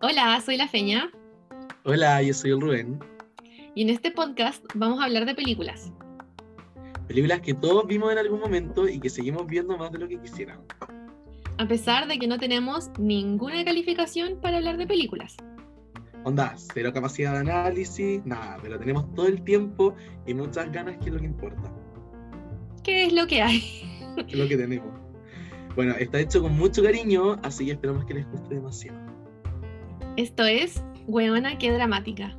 Hola, soy la Feña Hola, yo soy el Rubén. y en este podcast vamos a hablar de películas. Películas que todos vimos en algún momento y que seguimos viendo más de lo que quisiéramos. A pesar de que no tenemos ninguna calificación para hablar de películas. Onda, cero capacidad de análisis, nada, pero tenemos todo el tiempo y muchas ganas, que es lo que importa, ¿Qué es lo que hay? que es lo que tenemos. Bueno, está hecho con mucho cariño, así que esperamos que les guste demasiado. Esto es Hueona, qué dramática.